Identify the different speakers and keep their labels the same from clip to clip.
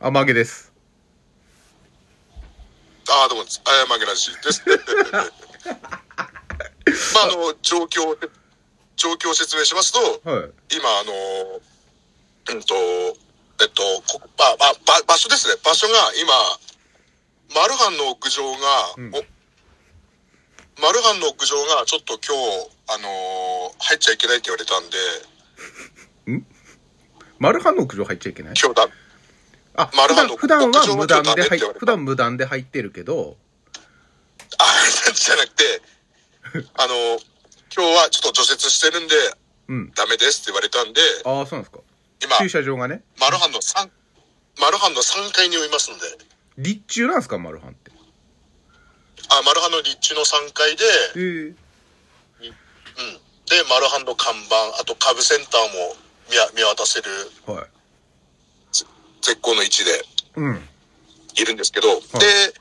Speaker 1: 天毛です。
Speaker 2: ああ、どうもです。あやまげらしいです。 まあ、あの、状況、状況を説明しますと、
Speaker 1: はい。
Speaker 2: 今、あの、うんと、えっと、こまあ、まあば、場所ですね。場所が今、マルハンの屋上が、
Speaker 1: うん
Speaker 2: おマルハンの屋上がちょっと今日、あの入っちゃいけないって言われたんで、
Speaker 1: マルハンの屋上入っちゃいけない
Speaker 2: 今日だ、
Speaker 1: あ、
Speaker 2: マルハンの
Speaker 1: 普段普段は無断で
Speaker 2: 屋上はちょっとダメ
Speaker 1: 入
Speaker 2: って言われた
Speaker 1: 普段無断で入ってるけど、
Speaker 2: あ、じゃなくて、あの、今日はちょっと除雪してるんで、
Speaker 1: うん。
Speaker 2: ダメですって言われたんで、
Speaker 1: ああ、そうなんですか。
Speaker 2: 今、
Speaker 1: 駐車場がね、
Speaker 2: マルハンの三マルハンの3階におりますんで、
Speaker 1: 立中なんですか、マルハンって。
Speaker 2: あ、マルハンの立地の3階で、
Speaker 1: えー、
Speaker 2: うん。で、マルハンの看板、あと株センターも見わ見渡せる
Speaker 1: はい。
Speaker 2: 絶好の位置で
Speaker 1: うん。
Speaker 2: いるんですけど、で、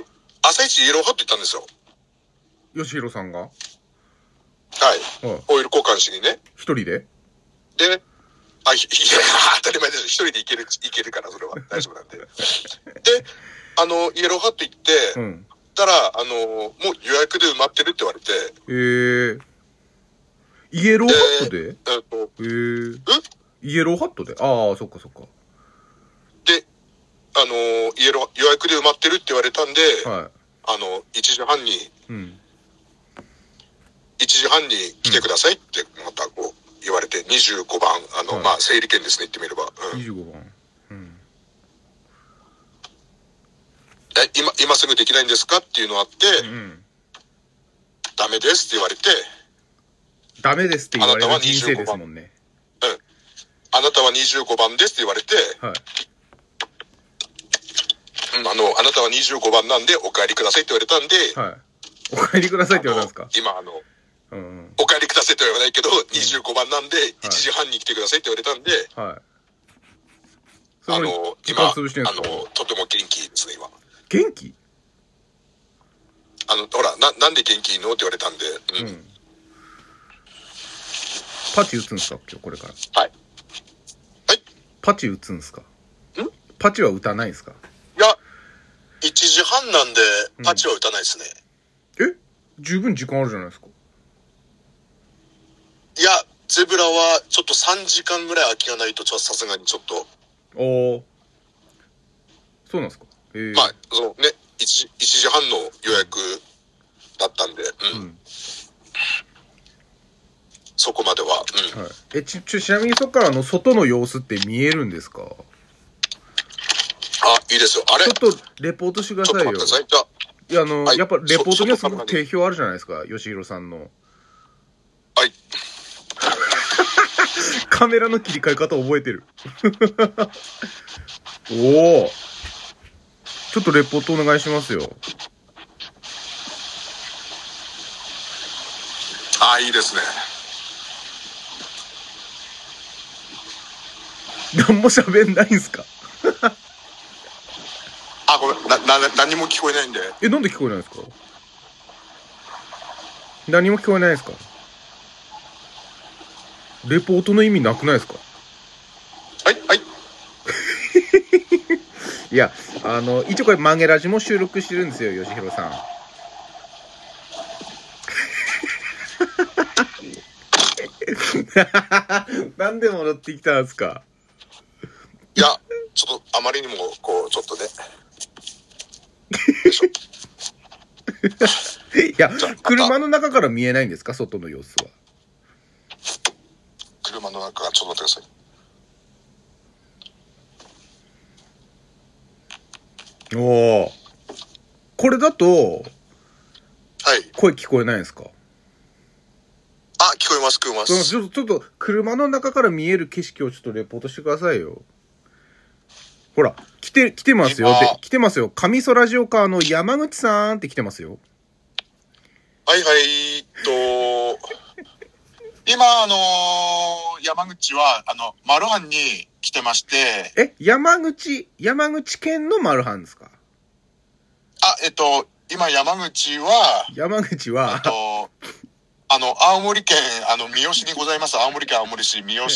Speaker 2: で、朝一イエローハット行ったんですよ。
Speaker 1: 吉弘さんがはい。
Speaker 2: はい。オイル交換しにね。
Speaker 1: 一人で
Speaker 2: で、あ、ひ 当たり前です。一人で行ける、行けるから、それは。大丈夫な んで。で、あの、イエローハット行って、
Speaker 1: うん。
Speaker 2: たら、あの、もう予約で埋まってるって言われて、
Speaker 1: えー、イエローハットでえ
Speaker 2: えっと、
Speaker 1: ー、
Speaker 2: うん
Speaker 1: イエローハットでああ、そっかそっか。
Speaker 2: で、あのー、イエロー予約で埋まってるって言われたんで、
Speaker 1: は
Speaker 2: あの、1時半に、
Speaker 1: い。うん。
Speaker 2: 1時半に来てくださいって、またこう、言われて、25番、あの、
Speaker 1: はい
Speaker 2: まあ、整理券ですね、言ってみれば。うん、え
Speaker 1: 25番。うん。
Speaker 2: 今、今すぐできないんですかっていうのあって、
Speaker 1: うん。
Speaker 2: ダメですって言われて、
Speaker 1: ダメですって言われ
Speaker 2: あな
Speaker 1: る
Speaker 2: たは25
Speaker 1: 人生ですもんね。
Speaker 2: あなたは25番ですって言われて、
Speaker 1: はい。
Speaker 2: うんあの、あなたは25番なんでお帰りくださいって言われたんで、
Speaker 1: はい。お帰りくださいって言われたんですか
Speaker 2: 今、あの、
Speaker 1: うんうん。
Speaker 2: お帰りくださいとは言わないけど、25番なんで、1時半に来てくださいって言われたんで、
Speaker 1: はい。そ
Speaker 2: あ
Speaker 1: れも
Speaker 2: の、
Speaker 1: 時
Speaker 2: 今、
Speaker 1: 間
Speaker 2: あ
Speaker 1: 潰してるんですか
Speaker 2: の、とても元気ですね、今。
Speaker 1: 元気
Speaker 2: あの、ほら、な、なんで元気いいのって言われたんで、
Speaker 1: う
Speaker 2: う。
Speaker 1: んん。パチ打つんですか今日これから。
Speaker 2: はい。はい。
Speaker 1: パチ打つんですか
Speaker 2: ん
Speaker 1: パチは打たないんですか
Speaker 2: いや、1時半なんで
Speaker 1: う、ん
Speaker 2: パチは打たないですね。
Speaker 1: え十分時間あるじゃないですか。
Speaker 2: いや、ゼブラは、ちょっと3時間ぐらい空きがないと、ちょっとさすがにちょっと、
Speaker 1: あー。そうなんですかえー。
Speaker 2: まあ、そのね、1時、1時半の予約だったんで、うん、
Speaker 1: うん。
Speaker 2: そこまでは、うん。
Speaker 1: はい。え、ち、ち、ちなみにそっからあの、外の様子って見えるんですか
Speaker 2: あ、いいですよ。あれ
Speaker 1: ちょ
Speaker 2: ち
Speaker 1: っと、レポートしてくだ
Speaker 2: ょっと
Speaker 1: さいよ
Speaker 2: 待ってく。ださい。じゃあ、
Speaker 1: いや、あの、
Speaker 2: はい
Speaker 1: やっぱレポートにはす
Speaker 2: そ
Speaker 1: ごく
Speaker 2: そ
Speaker 1: 定評あるじゃないですか、吉弘さんの。
Speaker 2: はい。
Speaker 1: カメラの切り替え方覚えて る。おお。ちょっとレポートお願いしますよ。
Speaker 2: あ、いいですね。
Speaker 1: 何も喋んないんすか
Speaker 2: あ、ごめん、な、な、何も聞こえないんで。
Speaker 1: え、なんで聞こえないんですか何も聞こえないんですかレポートの意味なくないですか
Speaker 2: はい、はい。
Speaker 1: いや、あの、一応これマゲラジも収録してるんですよ、吉弘 さん。なんで戻ってきたんですか
Speaker 2: いや、ちょっと、あまりにも、こう、ちょっとね。
Speaker 1: いや、車の中から見えないんですか外の様子は。
Speaker 2: 車の中、ちょっと待ってください。
Speaker 1: おお。これだと、
Speaker 2: はい。
Speaker 1: 声聞こえないんですか
Speaker 2: あ、聞こえます、聞こえま
Speaker 1: その
Speaker 2: す。
Speaker 1: ちょっと、ちょっと、車の中から見える景色をちょっとレポートしてくださいよ。ほら、来て、来てますよ。
Speaker 2: 今
Speaker 1: で来てますよ。上ソラジオカーの山口さんって来てますよ。
Speaker 2: はいはい、と、今、あのー山口は、あの、マルハンに来てまして、
Speaker 1: え、山口、山口県のマルハンですか
Speaker 2: あ、えっと、今、山口は、
Speaker 1: 山口
Speaker 2: え
Speaker 1: は
Speaker 2: っ、と、あの、青森県、あの、三好にございます。青森県青森市、三好。
Speaker 1: はい。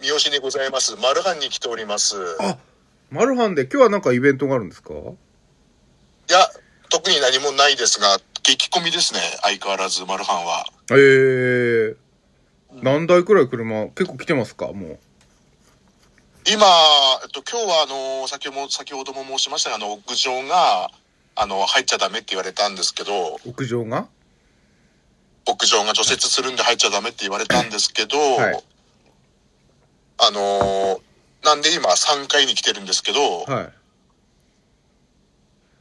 Speaker 2: 三好でございます。マルハンに来ております。
Speaker 1: あマルハンで今日はなんかイベントがあるんですか
Speaker 2: いや、特に何もないですが、激混みですね、相変わらず、マルハンは。
Speaker 1: ええー。何台くらい車、結構来てますかも
Speaker 2: 今、えっと、今日は、あの、先ほども、先ほども申しましたが、あの、屋上が、あの、入っちゃダメって言われたんですけど、
Speaker 1: う。屋上が
Speaker 2: 屋上が除雪するんで入っちゃダメって言われたんですけど、
Speaker 1: はい
Speaker 2: あの、なんで今3階に来てるんですけど、
Speaker 1: はい。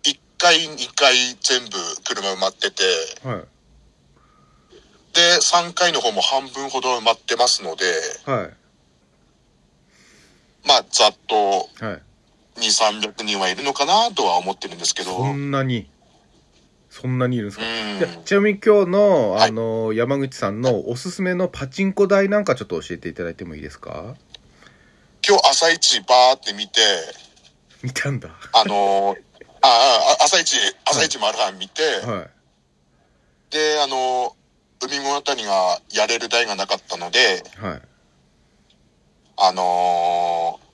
Speaker 2: 1階、2階全部車埋まってて、
Speaker 1: は
Speaker 2: で、3階の方も半分ほど埋まってますので、
Speaker 1: い。は
Speaker 2: まあ、ざっと
Speaker 1: い。はい。
Speaker 2: 2、300人はいるのかなとは思ってるんですけど、う
Speaker 1: そ
Speaker 2: ん。
Speaker 1: んなに、そんなにいるんですか、
Speaker 2: うん
Speaker 1: じゃちなみに今日の、
Speaker 2: はい
Speaker 1: あの、山口さんのおすすめのパチンコ台なんかちょっと教えていただいてもいいですか
Speaker 2: 今日朝一バーって見て、
Speaker 1: 見たんだ。
Speaker 2: あのーああ、あ朝一、朝一丸半見て、
Speaker 1: は
Speaker 2: で、あのー海物語がやれる台がなかったので、
Speaker 1: い。はい。
Speaker 2: あのー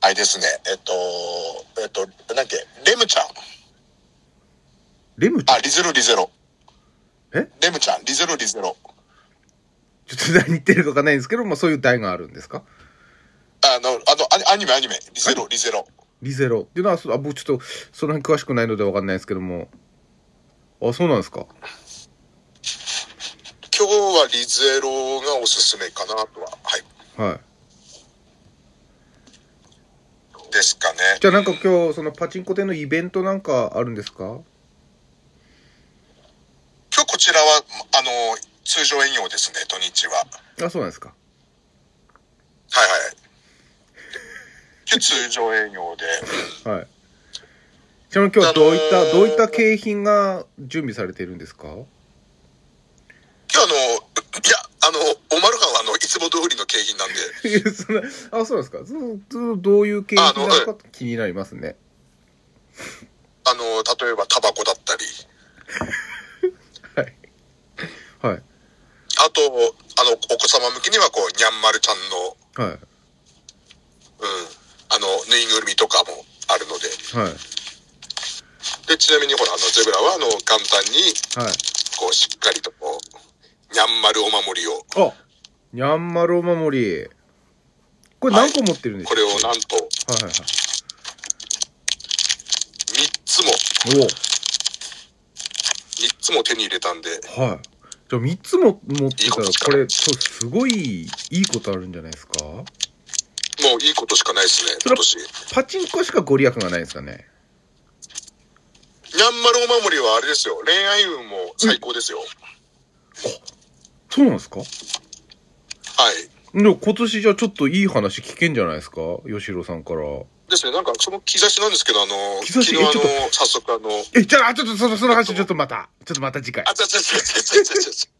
Speaker 2: あれですね、えっと、えっと、なんだっけ、レムちゃん。
Speaker 1: レムちゃん
Speaker 2: あ、リゼロリゼロ。
Speaker 1: え
Speaker 2: レムちゃん、リゼロリゼロ。
Speaker 1: ちょっと何言ってるかわかんないんですけど、まあそういう台があるんですか
Speaker 2: あの、あの、アニアニメアニメ、リゼロリゼロ。
Speaker 1: リゼロっていうのは、そあ僕ちょっとその辺詳しくないのでわかんないですけども。あ、そうなんですか
Speaker 2: 今日はリゼロがおすすめかなとは、はい、
Speaker 1: はい。
Speaker 2: ですかね。
Speaker 1: じゃあなんか今日、そのパチンコ店のイベントなんかあるんですか
Speaker 2: 今日こちらは、あのー通常営業ですね、土日は。
Speaker 1: あ、そうなんですか。
Speaker 2: はいはい。で通常営業で。
Speaker 1: はい。ちなみに今日はどういっ
Speaker 2: あ
Speaker 1: た、
Speaker 2: のー
Speaker 1: どういった景品が準備されているんですか
Speaker 2: 今日あの、いや、あの、おまるはあの、いつも通りの景品なんで。
Speaker 1: いやそんなあ、そうなんですか。ずずどういう景品なのか気になりますね。
Speaker 2: あの、例えばタバコだったり。
Speaker 1: はい。はい。
Speaker 2: あと、あの、お子様向けにはこう、にゃんまるちゃんの、
Speaker 1: はい。
Speaker 2: うん、あの、ぬいぐるみとかもあるので。
Speaker 1: はい。
Speaker 2: で、ちなみにほら、あの、ゼブラはあの、簡単に、
Speaker 1: はい。
Speaker 2: こう、しっかりとこう、にゃんまるお守りを、
Speaker 1: あにゃんまるお守り。これ何個持ってるんでしょ
Speaker 2: こ
Speaker 1: う
Speaker 2: れをなんと、
Speaker 1: はいはい
Speaker 2: 3つも、
Speaker 1: はい。
Speaker 2: 3つも手に入れたんで、
Speaker 1: おはい。じゃあ3つも持ってたら
Speaker 2: いいことし、か
Speaker 1: こ
Speaker 2: ない
Speaker 1: れ、そうすごいいいことあるんじゃないですか
Speaker 2: もういいことしかないですね、
Speaker 1: それ
Speaker 2: 今年。
Speaker 1: パチンコしかご利益がないんですかね
Speaker 2: にゃんまるお守りはあれですよ、恋愛運も最高ですよ。
Speaker 1: そうなんですか
Speaker 2: はい。
Speaker 1: でも今年じゃあちょっといい話聞けんじゃないですか吉郎さんから。
Speaker 2: ですね、なんかその兆しなんですけど、あの、
Speaker 1: 兆
Speaker 2: 昨
Speaker 1: し
Speaker 2: 日あの
Speaker 1: えちょっ、
Speaker 2: 早速あの、
Speaker 1: え、じゃあ、ちょっとその、その話ちょっとまた、ちょっとまた次回。
Speaker 2: あ、ちゃちゃちゃちゃちゃちゃちゃ。